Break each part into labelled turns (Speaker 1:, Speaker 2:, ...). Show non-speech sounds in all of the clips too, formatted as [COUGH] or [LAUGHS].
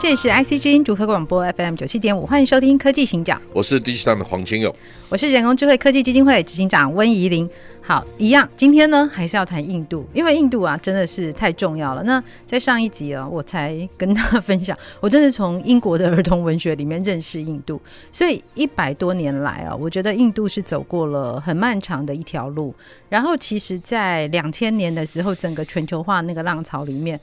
Speaker 1: 这里是 IC 之音主客广播 FM 九七点五，欢迎收听科技行脚，
Speaker 2: 我是 Digitime 的黄清勇。
Speaker 1: 我是人工智慧科技基金会执行长温怡玲。好，一样，今天呢还是要谈印度，因为印度啊真的是太重要了。那在上一集啊，我才跟大家 [LAUGHS] 分享，我真的从英国的儿童文学里面认识印度，所以一百多年来啊，我觉得印度是走过了很漫长的一条路。然后其实，在两千年的时候，整个全球化那个浪潮里面。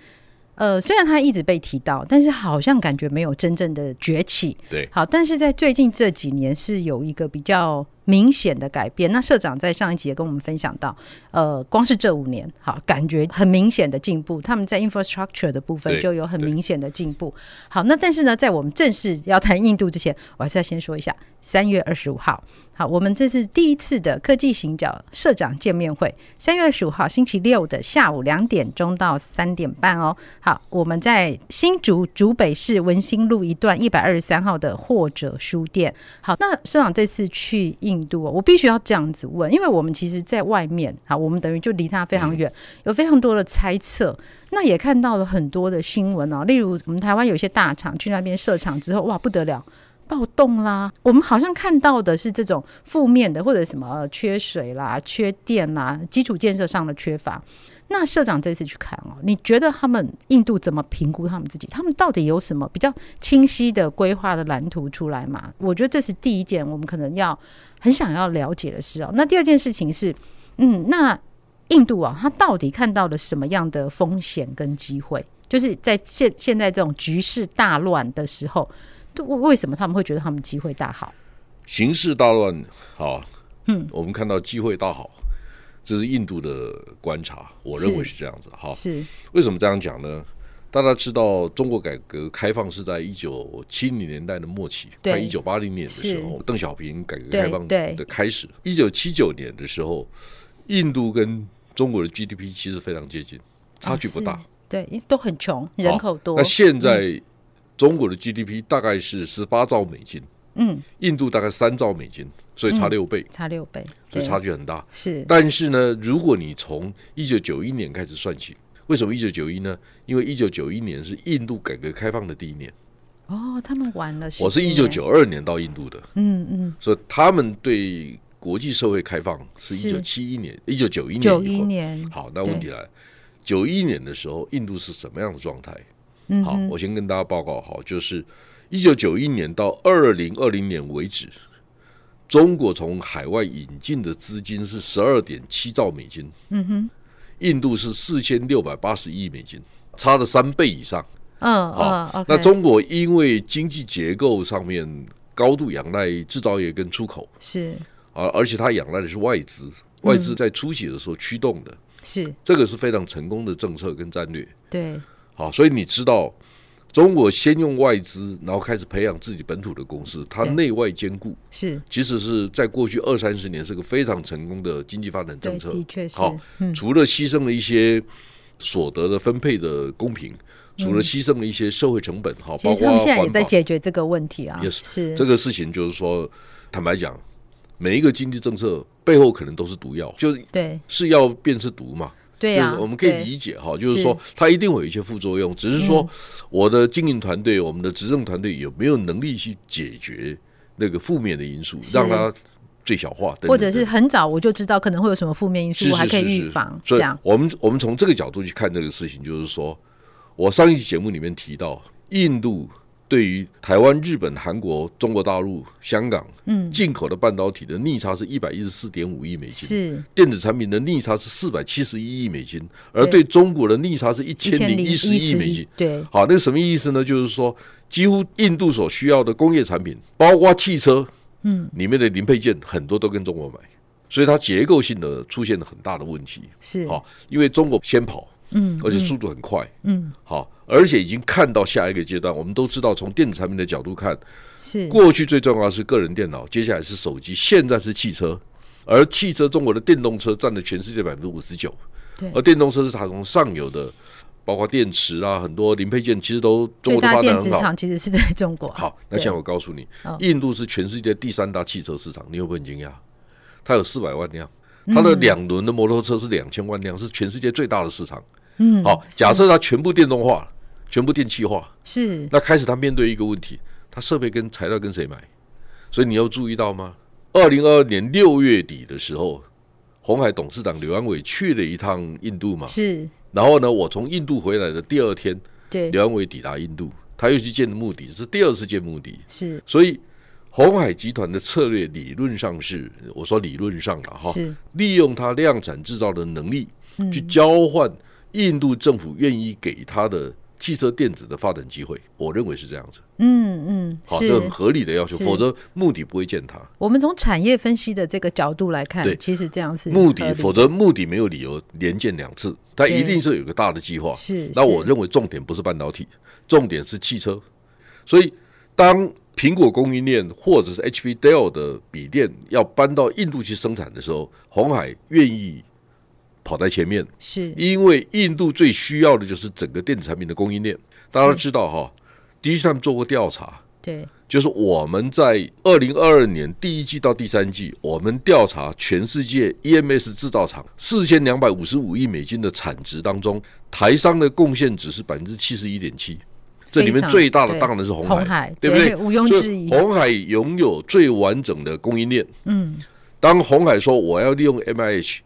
Speaker 1: 呃，虽然它一直被提到，但是好像感觉没有真正的崛起。
Speaker 2: 对
Speaker 1: 好，但是在最近这几年是有一个比较明显的改变。那社长在上一集也跟我们分享到，呃，光是这五年，好，感觉很明显的进步。他们在 infrastructure 的部分
Speaker 2: 对
Speaker 1: 就有很
Speaker 2: 对
Speaker 1: 明显的进步。好，那但是呢，在我们正式要谈印度之前，我还是要先说一下，三月二十五号。好，我们这是第一次的科技行脚社长见面会，三月二十五号星期六的下午两点钟到三点半哦。好，我们在新竹竹北市文心路一段一百二十三号的或者书店。好，那社长这次去印度哦、我必须要这样子问，因为我们其实在外面，好，我们等于就离他非常远，有非常多的猜测。那也看到了很多的新闻哦，例如我们台湾有一些大厂去那边设厂之后，哇，不得了。暴动啦，我们好像看到的是这种负面的，或者什么呃缺水啦、缺电啦、基础建设上的缺乏。那社长这次去看哦，你觉得他们印度怎么评估他们自己？他们到底有什么比较清晰的规划的蓝图出来吗？我觉得这是第一件我们可能要很想要了解的事哦。那第二件事情是，嗯，那印度啊，他到底看到了什么样的风险跟机会？就是在现现在这种局势大乱的时候，对为为什么他们会觉得他们机会大好？
Speaker 2: 形势大乱，好，嗯，我们看到机会大好，这是印度的观察，我认为
Speaker 1: 是
Speaker 2: 是这样子。好，
Speaker 1: 是
Speaker 2: 为什么这样讲呢？大家知道，中国改革开放是在一九七零年代的末期，
Speaker 1: 对
Speaker 2: 快一九八零年的时候
Speaker 1: 是，
Speaker 2: 邓小平改革
Speaker 1: 对
Speaker 2: 开放
Speaker 1: 对
Speaker 2: 的开始。一九七九年的时候，印度跟中国的 GDP 其实非常接近，差距不大。哦
Speaker 1: 哦是对，因为都很穷，人口多
Speaker 2: 那，现在中国的 GDP 大概是十八兆美金，
Speaker 1: 嗯，
Speaker 2: 印度大概三兆美金，所以差六倍，
Speaker 1: 差六倍，
Speaker 2: 所
Speaker 1: 对，
Speaker 2: 以差距很大。
Speaker 1: 是
Speaker 2: 但是呢，如果你从一九九一年开始算起，为什么一九九一呢？因为一九九一年是印度改革开放的第一年，
Speaker 1: 哦，他们玩了17年，
Speaker 2: 我是一九九二年到印度的，
Speaker 1: 嗯嗯，
Speaker 2: 所以他们对国际社会开放是一
Speaker 1: 是
Speaker 2: 九七一年、一九九一年以后
Speaker 1: 九一。年，
Speaker 2: 好，那
Speaker 1: 对
Speaker 2: 问题来了，九一年的时候，印度是什么样的状态？
Speaker 1: 嗯
Speaker 2: 好
Speaker 1: 哼，
Speaker 2: 我先跟大家报告好，就是一九九一年到二零二零年为止，中国从海外引进的资金是十二点七兆美金，嗯哼，印度是四千六百八十亿美金，差了三倍以上。
Speaker 1: 嗯嗯
Speaker 2: 好，
Speaker 1: OK，
Speaker 2: 那中国因为经济结构上面高度仰赖制造业跟出口，
Speaker 1: 是
Speaker 2: 而而且它仰赖的是外资，外
Speaker 1: 嗯
Speaker 2: 资在初期的时候驱动的，
Speaker 1: 是，
Speaker 2: 这个是非常成功的政策跟战略。
Speaker 1: 对，
Speaker 2: 好，所以你知道，中国先用外资，然后开始培养自己本土的公司，它
Speaker 1: 对
Speaker 2: 内外兼顾，
Speaker 1: 是，
Speaker 2: 其实是在过去二三十年是个非常成功的经济发展
Speaker 1: 对，
Speaker 2: 政策。
Speaker 1: 的确是，嗯
Speaker 2: 好，除了牺牲了一些所得的分配的公平，除了牺牲了一些社会成本，好，
Speaker 1: 嗯其
Speaker 2: 包
Speaker 1: 实他
Speaker 2: 括
Speaker 1: 们现在也
Speaker 2: 环
Speaker 1: 在
Speaker 2: 保
Speaker 1: 解决这个问题啊，
Speaker 2: Yes，
Speaker 1: 是，
Speaker 2: 这个事情，就是说，坦白讲，每一个经济政策背后可能都是毒药，就是
Speaker 1: 对
Speaker 2: 是药便是毒嘛。
Speaker 1: 对
Speaker 2: 就是
Speaker 1: 啊，
Speaker 2: 我们可以
Speaker 1: 对
Speaker 2: 理解哈，就是是说它一定会有一些副作用，只是说
Speaker 1: 嗯
Speaker 2: 我的经营团队、我们的执政团队有没有能力去解决那个负面的因素，
Speaker 1: 是
Speaker 2: 让它最小化，等等
Speaker 1: 或者是
Speaker 2: 等等
Speaker 1: 很早我就知道可能会有什么负面因素，
Speaker 2: 是
Speaker 1: 我还
Speaker 2: 是
Speaker 1: 可以
Speaker 2: 是
Speaker 1: 预
Speaker 2: 是
Speaker 1: 防，这
Speaker 2: 所以
Speaker 1: 样
Speaker 2: 我们我们从这个角度去看这个事情，就是说我上一期节目里面提到，印度对于台湾、日本、韩国、中国大陆、香港，嗯，进口的半导体的逆差是一百一十四点五亿美金，
Speaker 1: 是
Speaker 2: 电子产品的逆差是四百七十一亿美金，而
Speaker 1: 对
Speaker 2: 对中国的逆差是一千零一十亿美金。
Speaker 1: 对，
Speaker 2: 好，那什么意思呢？就是说，几乎印度所需要的工业产品，包括汽车，嗯，里面的零配件很多都跟中国买，所以它结构性的出现了很大的问题。
Speaker 1: 是，
Speaker 2: 好，因为中国先跑，
Speaker 1: 嗯，
Speaker 2: 而且速度很快，
Speaker 1: 嗯，
Speaker 2: 好，而且已经看到下一个阶段。我们都知道，从电子产品的角度看，
Speaker 1: 是，
Speaker 2: 过去最重要的是个人电脑，接下来是手机，现在是汽车。而汽车，中国的电动车占了全世界百分之五十九，
Speaker 1: 对
Speaker 2: 而，电动车是它从上游的，包括电池啊，很多零配件，其实都
Speaker 1: 最
Speaker 2: 中国的
Speaker 1: 大
Speaker 2: 发
Speaker 1: 电
Speaker 2: 展
Speaker 1: 子
Speaker 2: 很好。
Speaker 1: 厂其实是在中国。
Speaker 2: 好，那
Speaker 1: 对
Speaker 2: 现在我告诉你
Speaker 1: 哦，
Speaker 2: 印度是全世界第三大汽车市场，你会不会很惊讶？它有四百万辆，
Speaker 1: 嗯
Speaker 2: 它的两轮的摩托车是两千万辆，是全世界最大的市场。
Speaker 1: 嗯，
Speaker 2: 好，假设它全部电动化，全部电气化，
Speaker 1: 是
Speaker 2: 那开始它面对一个问题，它设备跟材料跟谁买？所以你要注意到吗？二零二二年六月底的时候，红海董事长刘安伟去了一趟印度嘛，
Speaker 1: 是，
Speaker 2: 然后呢，我从印度回来的第二天，
Speaker 1: 对，
Speaker 2: 刘安伟抵达印度，他又去见穆迪，是第二次见穆迪。
Speaker 1: 是
Speaker 2: 所以红海集团的策略理论上是，我说理论上了哈，
Speaker 1: 是
Speaker 2: 利用它量产制造的能力，去交换印度政府愿意给它的汽车电子的发展机会。我认为是这样子，
Speaker 1: 嗯嗯
Speaker 2: 好，
Speaker 1: 是
Speaker 2: 这很合理的要求，
Speaker 1: 是
Speaker 2: 否则穆迪不会见他，
Speaker 1: 我们从产业分析的这个角度来看
Speaker 2: 对，
Speaker 1: 其实这样是
Speaker 2: 穆
Speaker 1: 合
Speaker 2: 迪，
Speaker 1: 理
Speaker 2: 否则穆迪没有理由连见两次，他一定是有一个大的计划。
Speaker 1: 是
Speaker 2: 那
Speaker 1: 是
Speaker 2: 我认为重点不是半导体，重点是汽车。所以，当苹果供应链或者是 HP、Dell 的笔电要搬到印度去生产的时候，红海愿意跑在前面，
Speaker 1: 是
Speaker 2: 因为印度最需要的就是整个电子产品的供应链。大家都知道哈，第一，他们做过调查，
Speaker 1: 对
Speaker 2: 就是我们在二零二二年第一季到第三季，我们调查全世界 EMS 制造厂四千两百五十五亿美金的产值当中，台商的贡献值是百分之七十一点七。这里面
Speaker 1: 非常
Speaker 2: 最大的
Speaker 1: 对
Speaker 2: 当然是红海，
Speaker 1: 红海
Speaker 2: 对不
Speaker 1: 对
Speaker 2: 对？
Speaker 1: 毋庸
Speaker 2: 所以
Speaker 1: 置疑
Speaker 2: 红海拥有最完整的供应链。
Speaker 1: 嗯，
Speaker 2: 当红海说我要利用 MIH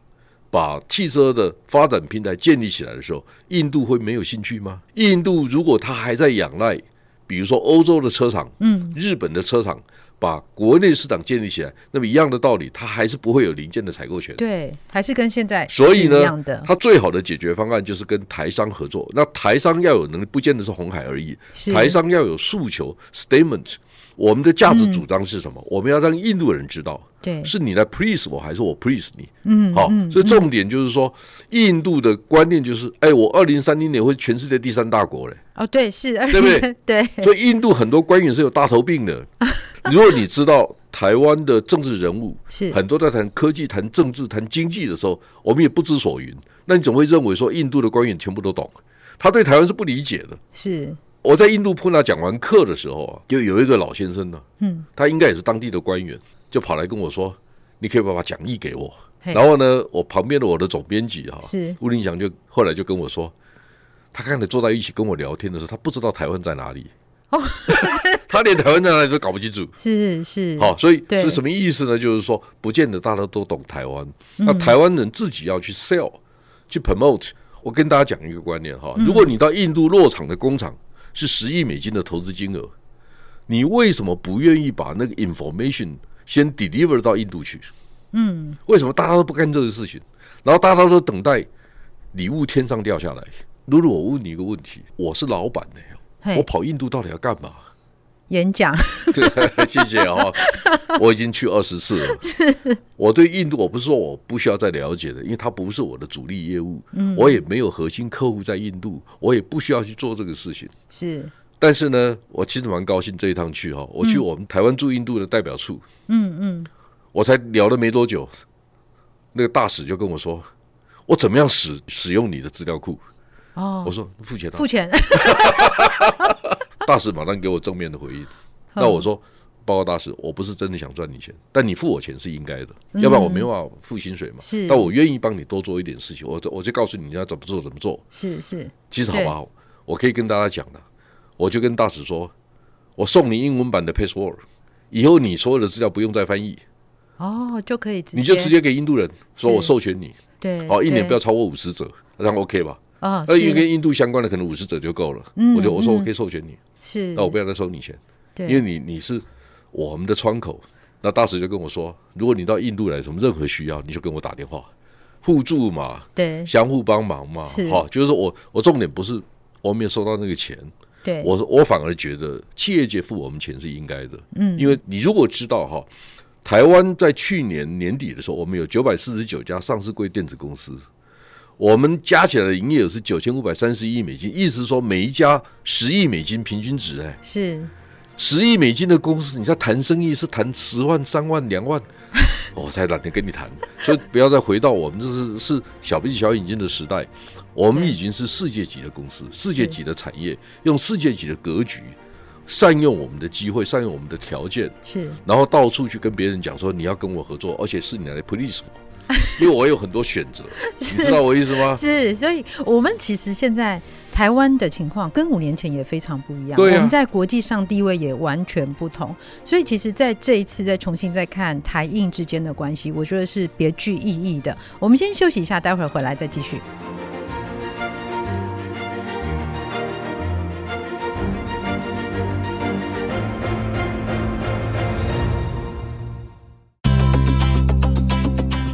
Speaker 2: 把汽车的发展平台建立起来的时候，印度会没有兴趣吗？印度如果它还在仰赖，比如说欧洲的车厂，
Speaker 1: 嗯，
Speaker 2: 日本的车厂，把国内市场建立起来，那么一样的道理，它还是不会有零件的采购权。
Speaker 1: 对，还是跟现在
Speaker 2: 所
Speaker 1: 是
Speaker 2: 以
Speaker 1: 一样
Speaker 2: 呢
Speaker 1: 的，，
Speaker 2: 它最好的解决方案就是跟台商合作。那台商要有能力，不见得是红海而已，
Speaker 1: 是
Speaker 2: 台商要有诉求 statement。我们的价值主张是什么？我们要让印度人知道，
Speaker 1: 嗯对
Speaker 2: 是你来 please 我，还是我 please 你？嗯，好，所以重点就是说，印度的观念就是，哎，我二零三零年会全世界第三大国嘞。
Speaker 1: 哦，对，是，
Speaker 2: 对不对
Speaker 1: 对 [LAUGHS]
Speaker 2: 所以印度很多官员是有大头病的。如果你知道台湾的政治人物
Speaker 1: 是
Speaker 2: 很多在谈科技、谈政治、谈经济的时候，我们也不知所云，那你怎么会认为说印度的官员全部都懂？他对台湾是不理解的。
Speaker 1: 是
Speaker 2: 我在印度普纳讲完课的时候啊，就有一个老先生呢、
Speaker 1: 嗯，
Speaker 2: 他应该也是当地的官员，就跑来跟我说：“你可以把把讲义给我。”
Speaker 1: 嘿
Speaker 2: 然后呢，我旁边的我的总编辑哈、
Speaker 1: 是
Speaker 2: 吴林祥就后来就跟我说，他刚才坐在一起跟我聊天的时候，他不知道台湾在哪里，
Speaker 1: 哦 [LAUGHS]
Speaker 2: 他连台湾在哪里都搞不清楚。
Speaker 1: 是是，
Speaker 2: 好，所以
Speaker 1: 嗯对
Speaker 2: 是什么意思呢？就是说，不见得大家都懂台湾，那台湾人自己要去 sell、去 promote。我跟大家讲一个观念哈，如果你到印度落场的工厂是十亿美金的投资金额，你为什么不愿意把那个 information 先 deliver 到印度去？嗯，为什么大家都不干这个事情？然后大家都等待礼物天上掉下来。露露，我问你一个问题，我是老板呢、
Speaker 1: 嘿
Speaker 2: 我跑印度到底要干嘛？
Speaker 1: 演讲
Speaker 2: [LAUGHS] 对，谢谢哦， [LAUGHS] 我已经去二十次了。我对印度，我不是说我不需要再了解的，因为它不是我的主力业务，我也没有核心客户在印度，我也不需要去做这个事情。
Speaker 1: 是，
Speaker 2: 但是呢，我其实蛮高兴这一趟去哈、我去我们台湾驻印度的代表处，
Speaker 1: 嗯嗯，
Speaker 2: 我才聊了没多久，那个大使就跟我说，我怎么样使使用你的资料库？
Speaker 1: 哦
Speaker 2: 我，说付钱啊，
Speaker 1: 付钱
Speaker 2: [LAUGHS] 大使马上给我正面的回
Speaker 1: 嗯
Speaker 2: 应。那我说，报告大使，我不是真的想赚你钱，但你付我钱是应该的，要不然我没办法付薪水嘛。
Speaker 1: 嗯是
Speaker 2: 但我愿意帮你多做一点事情，我就我就告诉你你要怎么做怎么做。
Speaker 1: 是是，
Speaker 2: 其实好不好？我可以跟大家讲的，我就跟大使说，我送你英文版的 Password，以后你所有的资料不用再翻译，
Speaker 1: 哦，就可以直接，
Speaker 2: 你就直接给印度人说
Speaker 1: 是
Speaker 2: 我授权你，
Speaker 1: 对，
Speaker 2: 好，一年不要
Speaker 1: 对
Speaker 2: 超过五十折，这样 OK 吧？
Speaker 1: 哦，
Speaker 2: 那因为
Speaker 1: 是嗯
Speaker 2: 跟印度相关的可能五十折就够了，我就我说我可以授权你，
Speaker 1: 是，
Speaker 2: 那我不要再收你钱。因为
Speaker 1: 对，
Speaker 2: 你你是我们的窗口。那大使就跟我说，如果你到印度来，什么任何需要，你就跟我打电话，互助嘛，
Speaker 1: 对
Speaker 2: 相互帮忙嘛，
Speaker 1: 是
Speaker 2: 好、就是说我我重点不是我没有收到那个钱，
Speaker 1: 对，
Speaker 2: 我我反而觉得企业界付我们钱是应该的，嗯，因为你如果知道哈，台湾在去年年底的时候，我们有九百四十九家上市柜电子公司，我们加起来的营业额是九千五百三十亿美金，意思说每一家十亿美金平均值，哎，
Speaker 1: 是
Speaker 2: 十亿美金的公司，你在谈生意是谈十万、三万、两万，我才懒得跟你谈。所以不要再回到我们这是是小鼻子小眼睛的时代，我们已经是世界级的公司、世界级的产业，用世界级的格局，善用我们的机会，善用我们的条件，
Speaker 1: 是
Speaker 2: 然后到处去跟别人讲说你要跟我合作，而且是你来 please 我，因为我有很多选择，你知道我意思吗？
Speaker 1: 是，所以我们其实现在台湾的情况跟五年前也非常不一样，
Speaker 2: 对啊
Speaker 1: 我们在国际上地位也完全不同。所以其实在这一次再重新再看台印之间的关系，我觉得是别具意义的。我们先休息一下，待会儿回来再继续。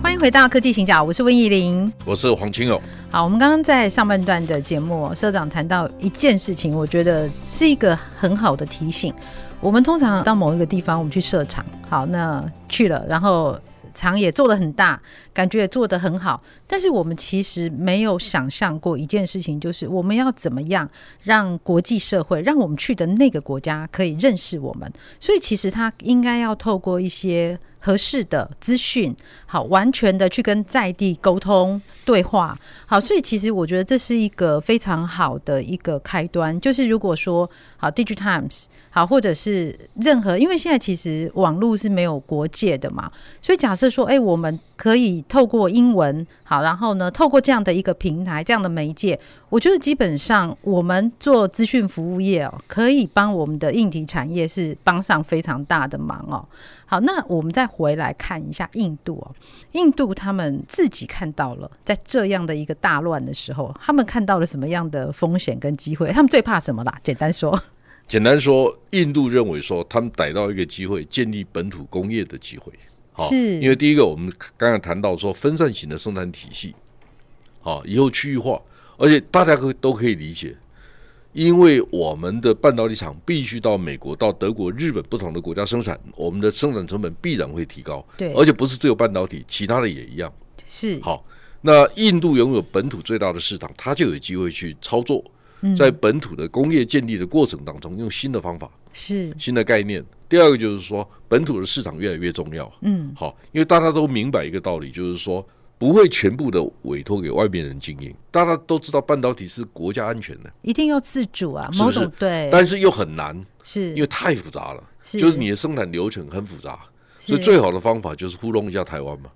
Speaker 1: 欢迎回到科技行脚，我是温怡玲。
Speaker 2: 我是黄清友，
Speaker 1: 好，我们刚刚在上半段的节目哦，社长谈到一件事情，我觉得是一个很好的提醒。我们通常到某一个地方，我们去设厂，好，那去了，然后厂也做得很大，感觉也做得很好，但是我们其实没有想象过一件事情，就是我们要怎么样让国际社会，让我们去的那个国家可以认识我们。所以其实他应该要透过一些合适的资讯，好，完全的去跟在地沟通对话，好，所以其实我觉得这是一个非常好的一个开端，就是如果说好 Digitimes 好，或者是任何，因为现在其实网络是没有国界的嘛，所以假设说，哎、我们可以透过英文好，然后呢，透过这样的一个平台、这样的媒介，我觉得基本上我们做资讯服务业哦，可以帮我们的硬体产业是帮上非常大的忙哦。好，那我们再回来看一下印度哦，印度他们自己看到了，在这样的一个大乱的时候，他们看到了什么样的风险跟机会？他们最怕什么啦？简单说，
Speaker 2: 简单说，印度认为说他们逮到一个机会，建立本土工业的机会。好
Speaker 1: 是
Speaker 2: 因为第一个我们刚刚谈到说分散型的生产体系，好、以后区域化，而且大家可都可以理解，因为我们的半导体厂必须到美国、到德国、日本不同的国家生产，我们的生产成本必然会提高。
Speaker 1: 对
Speaker 2: 而且不是只有半导体，其他的也一样。
Speaker 1: 是
Speaker 2: 好，那印度拥有本土最大的市场，它就有机会去操作，
Speaker 1: 嗯
Speaker 2: 在本土的工业建立的过程当中，用新的方法、
Speaker 1: 是
Speaker 2: 新的概念。第二个就是说，本土的市场越来越重要。
Speaker 1: 嗯，
Speaker 2: 好，因为大家都明白一个道理，就是说不会全部的委托给外面人经营。大家都知道半导体是国家安全的，
Speaker 1: 一定要自主啊，
Speaker 2: 是
Speaker 1: 某
Speaker 2: 不是
Speaker 1: 种对
Speaker 2: 但是又很难，
Speaker 1: 是
Speaker 2: 因为太复杂了，
Speaker 1: 是
Speaker 2: 就是你的生产流程很复杂。所
Speaker 1: 是
Speaker 2: 以最好的方法就是糊弄一下台湾
Speaker 1: [LAUGHS]
Speaker 2: 嘛，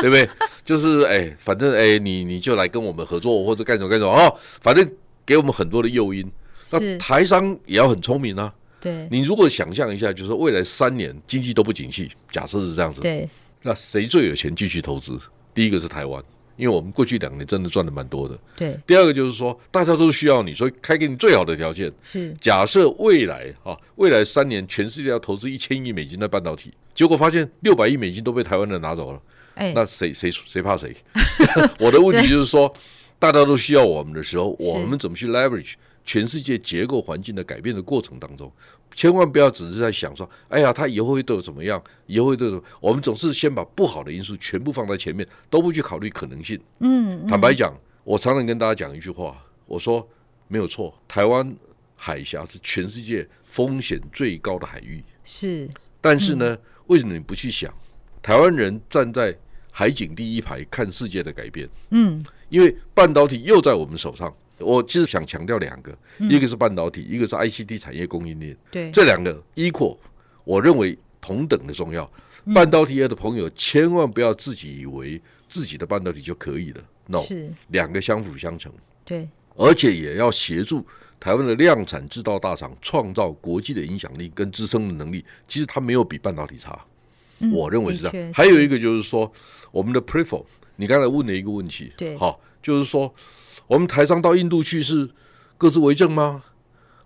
Speaker 2: 对不对？就是哎、反正哎、你你就来跟我们合作或者干什么干什么哦，反正给我们很多的诱因。
Speaker 1: 是
Speaker 2: 那台商也要很聪明啊。
Speaker 1: 对
Speaker 2: 你如果想象一下，就是未来三年经济都不景气，假设是这样子，
Speaker 1: 对
Speaker 2: 那谁最有钱继续投资？第一个是台湾，因为我们过去两年真的赚的蛮多的。
Speaker 1: 对
Speaker 2: 第二个就是说，大家都需要你，所以开给你最好的条件。
Speaker 1: 是
Speaker 2: 假设未来啊，未来三年全世界要投资一千亿美金在半导体，结果发现六百亿美金都被台湾人拿走了，
Speaker 1: 哎、
Speaker 2: 那谁谁谁怕谁？ [LAUGHS] 我的问题就是说，大家都需要我们的时候，我们怎么去 leverage 全世界结构环境的改变的过程当中？千万不要只是在想说，哎呀，他以后会对我怎么样，以后会对我怎么样我们总是先把不好的因素全部放在前面，都不去考虑可能性。
Speaker 1: 嗯
Speaker 2: 坦白讲，我常常跟大家讲一句话，我说没有错，台湾海峡是全世界风险最高的海域。
Speaker 1: 是
Speaker 2: 但是
Speaker 1: 嗯
Speaker 2: 呢，为什么你不去想？台湾人站在海景第一排看世界的改变，
Speaker 1: 嗯
Speaker 2: 因为半导体又在我们手上。我其实想强调两个，一个是半导体，一个是 ICT 产业供应链，
Speaker 1: 嗯对
Speaker 2: 这两个 equal，我认为同等的重要。
Speaker 1: 嗯
Speaker 2: 半导体业的朋友千万不要自己以为自己的半导体就可以了，no，
Speaker 1: 是
Speaker 2: 两个相辅相成，
Speaker 1: 对
Speaker 2: 而且也要协助台湾的量产制造大厂创造国际的影响力跟支撑的能力。其实它没有比半导体差，我认为是这
Speaker 1: 嗯的
Speaker 2: 样。
Speaker 1: 确
Speaker 2: 还有一个就是说，我们的 p r e f o 你刚才问的一个问题，
Speaker 1: 对
Speaker 2: 好，就是说我们台商到印度去是各自为政吗？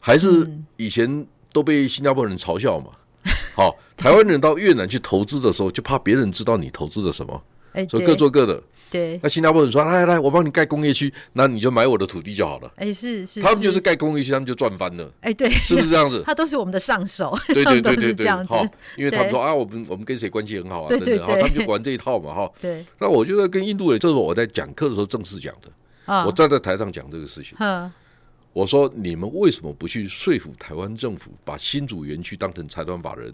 Speaker 2: 还是
Speaker 1: 嗯
Speaker 2: 以前都被新加坡人嘲笑嘛？ [LAUGHS] 好，台湾人到越南去投资的时候，就怕别人知道你投资的什么，
Speaker 1: 哎
Speaker 2: 所
Speaker 1: 对
Speaker 2: 以各做各的。
Speaker 1: 对，
Speaker 2: 那新加坡人说来来来，我帮你盖工业区，那你就买我的土地就好了。
Speaker 1: 哎，是是，
Speaker 2: 他们就是盖工业区，他们就赚翻了，
Speaker 1: 哎，对，
Speaker 2: 是不是这样子？
Speaker 1: [LAUGHS] 他都是我们的上手，[LAUGHS]
Speaker 2: 对
Speaker 1: 他
Speaker 2: 对
Speaker 1: 们都
Speaker 2: 对
Speaker 1: 是
Speaker 2: 对
Speaker 1: 这
Speaker 2: 对，
Speaker 1: 样子
Speaker 2: 哈，，因为他们
Speaker 1: 对
Speaker 2: 说啊，我们我们跟谁关系很好啊，
Speaker 1: 对
Speaker 2: 等
Speaker 1: 对
Speaker 2: 等，哈，
Speaker 1: 对
Speaker 2: 他们就玩这一套嘛，哈。
Speaker 1: 对
Speaker 2: 那我就在跟印度人，这是我在讲课的时候正式讲的，
Speaker 1: 啊，
Speaker 2: 我站在台上讲这个事情，
Speaker 1: 哼，
Speaker 2: 我说你们为什么不去说服台湾政府把新竹园区当成财团法人，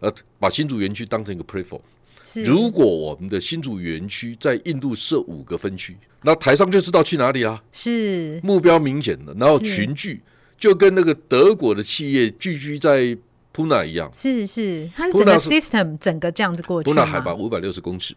Speaker 2: 呃，把新竹园区当成一个 platform？
Speaker 1: 是
Speaker 2: 如果我们的新竹园区在印度设五个分区，那台上就知道去哪里啊啦，
Speaker 1: 是
Speaker 2: 目标明显了，然后
Speaker 1: 是
Speaker 2: 群聚就跟那个德国的企业聚居在普纳一样，
Speaker 1: 是是，它是
Speaker 2: 普
Speaker 1: 整个
Speaker 2: 纳是
Speaker 1: system 整个这样子过去
Speaker 2: 普
Speaker 1: 嘛，
Speaker 2: 纳海拔五百六十公尺，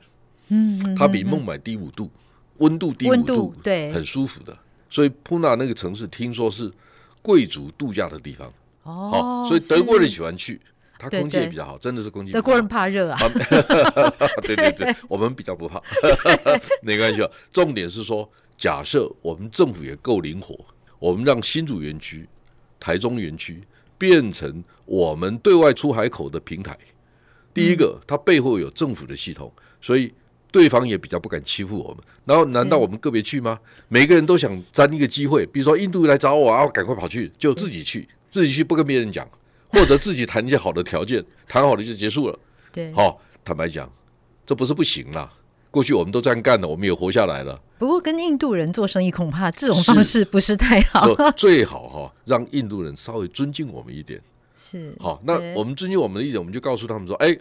Speaker 1: 嗯，嗯
Speaker 2: 它比孟买低五度，温度低五
Speaker 1: 温
Speaker 2: 度
Speaker 1: 度，对
Speaker 2: 很舒服的。所以普纳那个城市听说是贵族度假的地方，
Speaker 1: 哦，
Speaker 2: 所以德国人
Speaker 1: 是
Speaker 2: 喜欢去，它
Speaker 1: 对
Speaker 2: 空气也
Speaker 1: 对
Speaker 2: 比较好，真的是空气比较
Speaker 1: 德
Speaker 2: 好。
Speaker 1: 国人怕热啊，
Speaker 2: [LAUGHS] 对对对，我们比较不怕， [LAUGHS] 没关系啊。重点是说，假设我们政府也够灵活，我们让新竹园区、台中园区变成我们对外出海口的平台。第一个，它背后有政府的系统，所以对方也比较不敢欺负我们。然后，难道我们个别去吗？每个人都想占一个机会，比如说印度来找我啊，我赶快跑去，就自己去，自己去不跟别人讲，或者自己谈一些好的条件，谈好了就结束了。
Speaker 1: 对，
Speaker 2: 好、坦白讲，这不是不行啦。过去我们都这样干了，我们也活下来了。
Speaker 1: 不过跟印度人做生意恐怕这种方式不是太好，
Speaker 2: 就最好哈、让印度人稍微尊敬我们
Speaker 1: [LAUGHS]
Speaker 2: 一点。
Speaker 1: 是
Speaker 2: 好、那我们尊敬我们的一点，我们就告诉他们说，哎，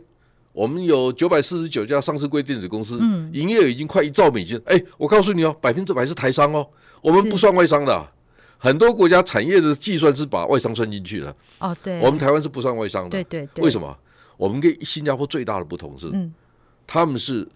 Speaker 2: 我们有九百四十九家上市柜电子公司，
Speaker 1: 嗯
Speaker 2: 营业额已经快一兆美金。哎，我告诉你哦，百分之百是台商哦，我们
Speaker 1: 是
Speaker 2: 不算外商的啊、很多国家产业的计算是把外商算进去了，
Speaker 1: 哦，对，
Speaker 2: 我们台湾是不算外商的。
Speaker 1: 对对对，
Speaker 2: 为什么？我们跟新加坡最大的不同是，
Speaker 1: 嗯
Speaker 2: 他们是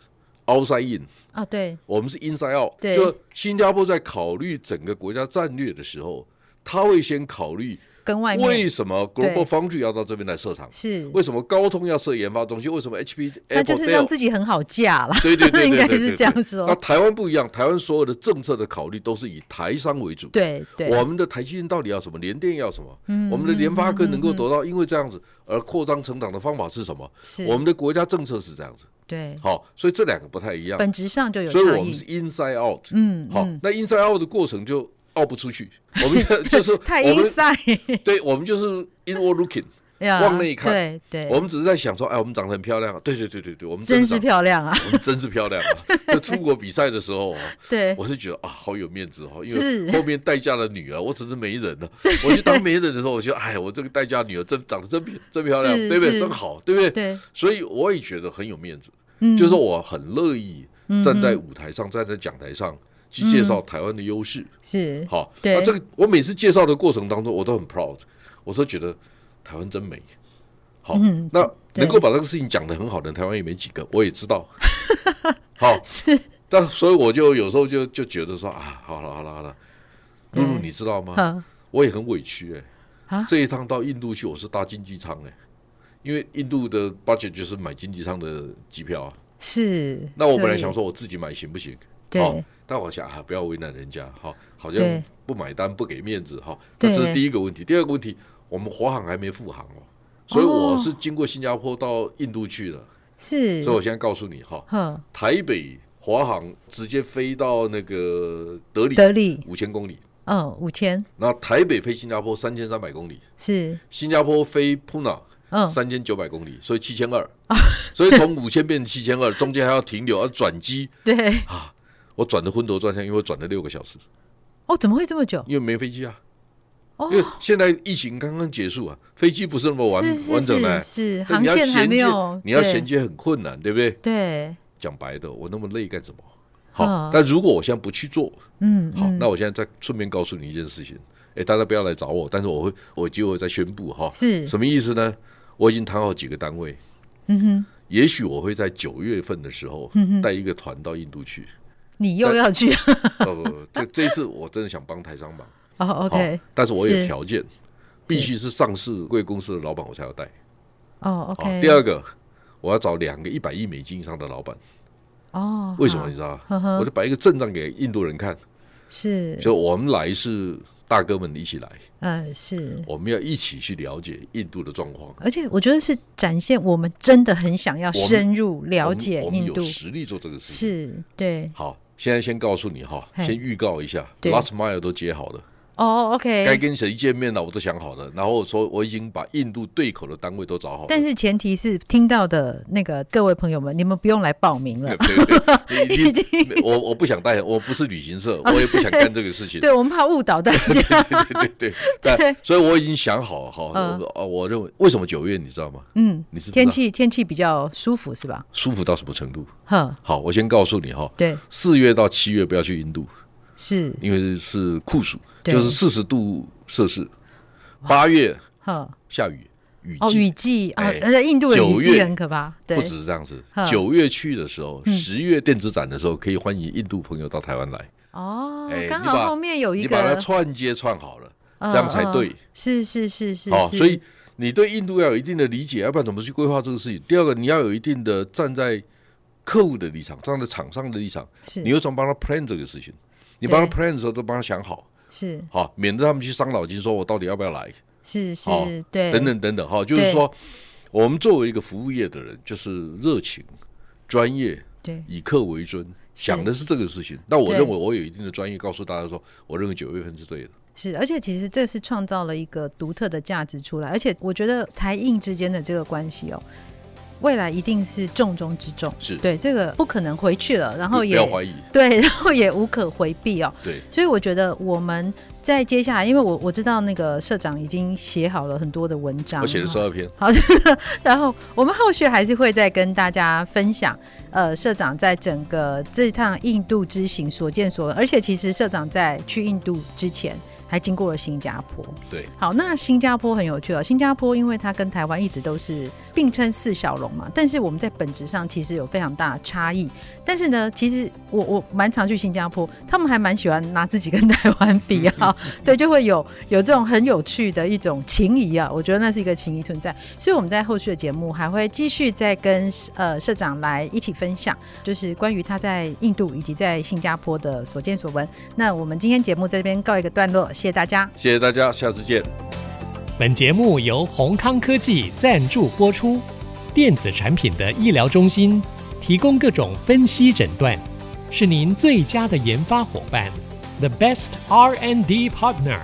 Speaker 2: outside in，
Speaker 1: 啊？对，
Speaker 2: 我们是 inside out，
Speaker 1: 对
Speaker 2: 就新加坡在考虑整个国家战略的时候，他会先考虑
Speaker 1: 跟外面
Speaker 2: 为什么
Speaker 1: 对
Speaker 2: global foundry 要到这边来设厂，
Speaker 1: 是，
Speaker 2: 为什么高通要设研发中心，为什么 HP
Speaker 1: 那
Speaker 2: Apple
Speaker 1: 就是让
Speaker 2: Dell
Speaker 1: 自己很好嫁啦，
Speaker 2: 对对对
Speaker 1: [LAUGHS] 应
Speaker 2: 对
Speaker 1: 该
Speaker 2: 对
Speaker 1: 是
Speaker 2: 对
Speaker 1: 这样
Speaker 2: 那
Speaker 1: 说，
Speaker 2: 台湾不一样，台湾所有的政策的考虑都是以台商为主。
Speaker 1: 对对，嗯
Speaker 2: 我们的台积电到底要什么？联电要什么？我们的联发科能够得到，因为这样子而扩张成长的方法是什么？
Speaker 1: 是
Speaker 2: 我们的国家政策是这样子。
Speaker 1: 对
Speaker 2: 好，所以这两个不太一样。
Speaker 1: 本质上就有
Speaker 2: 所以
Speaker 1: 差
Speaker 2: 我们是
Speaker 1: 异，
Speaker 2: inside out。
Speaker 1: 嗯，
Speaker 2: 好
Speaker 1: 嗯，
Speaker 2: 那 inside out 的过程就 out 不出去， [LAUGHS] 我们
Speaker 1: [LAUGHS]
Speaker 2: 就是
Speaker 1: 太
Speaker 2: 我们 [LAUGHS]
Speaker 1: inside
Speaker 2: 对，我们就是 inward looking，
Speaker 1: 呀
Speaker 2: 往内看
Speaker 1: 对对，
Speaker 2: 我们只是在想说，哎，我们长得很漂亮啊，对对对对对，我们
Speaker 1: 真是
Speaker 2: 的
Speaker 1: 漂亮啊，
Speaker 2: 长，我们真是漂亮啊！
Speaker 1: [LAUGHS]
Speaker 2: 就出国比赛的时候啊，
Speaker 1: 对，
Speaker 2: 我是觉得啊，好有面子哦，因
Speaker 1: 是
Speaker 2: 为后面待嫁的女儿，我只是媒人呢、我去当媒人的时候，我觉得，哎，我这个待嫁女儿真长得真真漂亮，
Speaker 1: 是
Speaker 2: 对不
Speaker 1: 是
Speaker 2: 对？真好，对不对？
Speaker 1: 对，
Speaker 2: 所以我也觉得很有面子，
Speaker 1: 嗯
Speaker 2: 就是我很乐意站在舞台上，站在讲台上去介
Speaker 1: 嗯
Speaker 2: 绍台湾的优势。
Speaker 1: 是
Speaker 2: 好，
Speaker 1: 对
Speaker 2: 那这个我每次介绍的过程当中，我都很 proud，我都觉得台湾真美。好，
Speaker 1: 嗯
Speaker 2: 那
Speaker 1: 对
Speaker 2: 能够把这个事情讲得很好的，台湾也没几个，我也
Speaker 1: [LAUGHS]
Speaker 2: 知道。好，但所以我就有时候就就觉得说啊，好了好了好了，露
Speaker 1: 对
Speaker 2: 露你知道
Speaker 1: [LAUGHS]
Speaker 2: 吗？
Speaker 1: 嗯
Speaker 2: 我也很委屈哎、
Speaker 1: 啊
Speaker 2: 这一趟到印度去，我是搭经济舱哎、因为印度的 budget 就是买经济舱的机票啊。
Speaker 1: 是，
Speaker 2: 那我本来
Speaker 1: 所以
Speaker 2: 想说我自己买行不行？好
Speaker 1: 对，
Speaker 2: 但我想啊，不要为难人家，哈，好
Speaker 1: 对
Speaker 2: 像不买单不给面子，哈，那这
Speaker 1: 对
Speaker 2: 是第一个问题。第二个问题，我们华航还没复航哦，所以我是经过新加坡到印度去
Speaker 1: 哦
Speaker 2: 的，
Speaker 1: 是，
Speaker 2: 所以我现在告诉你哈，
Speaker 1: 哼，
Speaker 2: 台北华航直接飞到那个德里
Speaker 1: 德里，
Speaker 2: 五千公里，
Speaker 1: 嗯，五千
Speaker 2: 然后台北飞新加坡三千三百公里，
Speaker 1: 是，
Speaker 2: 新加坡飞普纳
Speaker 1: 嗯，
Speaker 2: 三千九百公里，所以七千二，
Speaker 1: 哦
Speaker 2: 所以从五千变成七千二，中间还要停留，要转机，
Speaker 1: 对，
Speaker 2: 我转的昏头转向，因为我转了六个小时，
Speaker 1: 哦，怎么会这么久？
Speaker 2: 因为没飞机啊。
Speaker 1: 哦
Speaker 2: 因，为现在疫情刚刚结束啊，飞机不是那么完
Speaker 1: 是是
Speaker 2: 完整的、
Speaker 1: 是
Speaker 2: 欸，
Speaker 1: 是，
Speaker 2: 但
Speaker 1: 航
Speaker 2: 你要
Speaker 1: 线还
Speaker 2: 衔
Speaker 1: 没
Speaker 2: 接
Speaker 1: 有，
Speaker 2: 你要
Speaker 1: 对
Speaker 2: 衔接很困难，对不对？
Speaker 1: 对，
Speaker 2: 讲白的，我那么累干什么？好，
Speaker 1: 嗯
Speaker 2: 但如果我现在不去做，
Speaker 1: 嗯，
Speaker 2: 好，
Speaker 1: 嗯
Speaker 2: 那我现在再顺便告诉你一件事情，哎、大家不要来找我，但是我会，我就会再宣布哈，
Speaker 1: 是
Speaker 2: 什么意思呢？我已经谈好几个单位，
Speaker 1: 嗯哼，嗯
Speaker 2: 也许我会在九月份的时候带一个团到印度去。
Speaker 1: 你又要去 [LAUGHS]
Speaker 2: 呃，不不这这一次我真的想帮台商忙，
Speaker 1: 哦，OK，
Speaker 2: 好但是我
Speaker 1: 是
Speaker 2: 有条件，必须是上市贵公司的老板我才要带。
Speaker 1: 哦
Speaker 2: 好，
Speaker 1: ，OK，
Speaker 2: 第二个，我要找两个一百亿美金以上的老板，
Speaker 1: 哦，
Speaker 2: 为什
Speaker 1: 好
Speaker 2: 么你知道吗？
Speaker 1: 呵呵
Speaker 2: 我就摆一个阵仗给印度人看，
Speaker 1: 是
Speaker 2: 就我们来是大哥们一起来，
Speaker 1: 呃，是，
Speaker 2: 我们要一起去了解印度的状况，
Speaker 1: 而且我觉得是展现我们真的很想要
Speaker 2: 我们
Speaker 1: 深入了解
Speaker 2: 我们
Speaker 1: 印
Speaker 2: 我们有
Speaker 1: 度，
Speaker 2: 实力做这个事情。
Speaker 1: 是对，
Speaker 2: 好，现在先告诉你哈，
Speaker 1: 嘿
Speaker 2: 先预告一下
Speaker 1: 对
Speaker 2: ，last mile 都接好了，
Speaker 1: 哦
Speaker 2: 该
Speaker 1: ，OK，
Speaker 2: 跟谁见面了我都想好了，然后我说我已经把印度对口的单位都找好了。
Speaker 1: 但是前提是听到的那个各位朋友们，你们不用来报名了
Speaker 2: 对。
Speaker 1: [LAUGHS]
Speaker 2: 对对，
Speaker 1: 已经
Speaker 2: 你你我我不想带，我不是旅行
Speaker 1: [LAUGHS]
Speaker 2: 社，我也不想干这个事情。
Speaker 1: 对，我们怕误导大家。
Speaker 2: [LAUGHS] 对对对，但所以我已经想好哈，
Speaker 1: 嗯
Speaker 2: 我我我认为为什么九月你知道吗？
Speaker 1: 嗯，
Speaker 2: 你是不知道
Speaker 1: 天气天气比较舒服是吧？
Speaker 2: 舒服到什么程度？
Speaker 1: 哼，
Speaker 2: 好，我先告诉你哈，
Speaker 1: 对，
Speaker 2: 四月到七月不要去印度，
Speaker 1: 是，
Speaker 2: 因为是酷暑，
Speaker 1: 对
Speaker 2: 就是四十度摄氏。八月
Speaker 1: 哼，
Speaker 2: 下雨，雨
Speaker 1: 哦，雨
Speaker 2: 季。
Speaker 1: 季啊，
Speaker 2: 哎
Speaker 1: 而且印度的雨
Speaker 2: 九
Speaker 1: 季
Speaker 2: 月
Speaker 1: 很可怕，对
Speaker 2: 不，只是这样子
Speaker 1: 嗯，
Speaker 2: 九月去的时候，十月电子展的时候，可以欢迎印度朋友到台湾来。
Speaker 1: 哦
Speaker 2: 哎，
Speaker 1: 刚
Speaker 2: 你把
Speaker 1: 好后面有一
Speaker 2: 你
Speaker 1: 个
Speaker 2: 把，它串接串好了，这样才
Speaker 1: 嗯
Speaker 2: 对。
Speaker 1: 是是是是
Speaker 2: 好，
Speaker 1: 是，
Speaker 2: 哦所以你对印度要有一定的理解，要不然怎么去规划这个事情？第二个，你要有一定的站在客户的立场，站在厂商的立场，
Speaker 1: 是
Speaker 2: 你又怎么帮他 plan 这个事情？你帮他 plan 的时候都帮他想好，
Speaker 1: 是
Speaker 2: 好，免得他们去伤脑筋，说我到底要不要来，
Speaker 1: 是是
Speaker 2: 好，
Speaker 1: 对，
Speaker 2: 哦等等等等，哈，就是说，我们作为一个服务业的人，就是热情、专业、
Speaker 1: 对，
Speaker 2: 以客为尊。
Speaker 1: 是
Speaker 2: 想的是这个事情，那我
Speaker 1: 对
Speaker 2: 认为我有一定的专业，告诉大家说，我认为九月份是对的。
Speaker 1: 是，而且其实这是创造了一个独特的价值出来，而且我觉得台印之间的这个关系哦，未来一定是重中之重，
Speaker 2: 是
Speaker 1: 对这个不可能回去了，然后
Speaker 2: 不
Speaker 1: 哦也
Speaker 2: 要怀疑，
Speaker 1: [LAUGHS] 对，然后也无可回避哦。
Speaker 2: 对，
Speaker 1: 所以我觉得我们在接下来，因为我我知道那个社长已经写好了很多的文章，
Speaker 2: 我写了十
Speaker 1: 哈
Speaker 2: 二篇，
Speaker 1: 好，然后我们后续还是会再跟大家分享，呃，社长在整个这趟印度之行所见所闻，而且其实社长在去印度之前还经过了新加坡。
Speaker 2: 对，
Speaker 1: 好，那新加坡很有趣哦，新加坡因为它跟台湾一直都是并称四小龙嘛，但是我们在本质上其实有非常大的差异。但是呢，其实我我蛮常去新加坡，他们还蛮喜欢拿自己跟台湾比啊，对，就会有有这种很有趣的一种情谊啊，我觉得那是一个情谊存在。所以我们在后续的节目还会继续再跟呃社长来一起分享，就是关于他在印度以及在新加坡的所见所闻。那我们今天节目在这边告一个段落，谢谢大家。
Speaker 2: 谢谢大家，下次见。
Speaker 3: 本节目由宏康科技赞助播出。电子产品的医疗中心提供各种分析诊断，是您最佳的研发伙伴，The best R&D partner。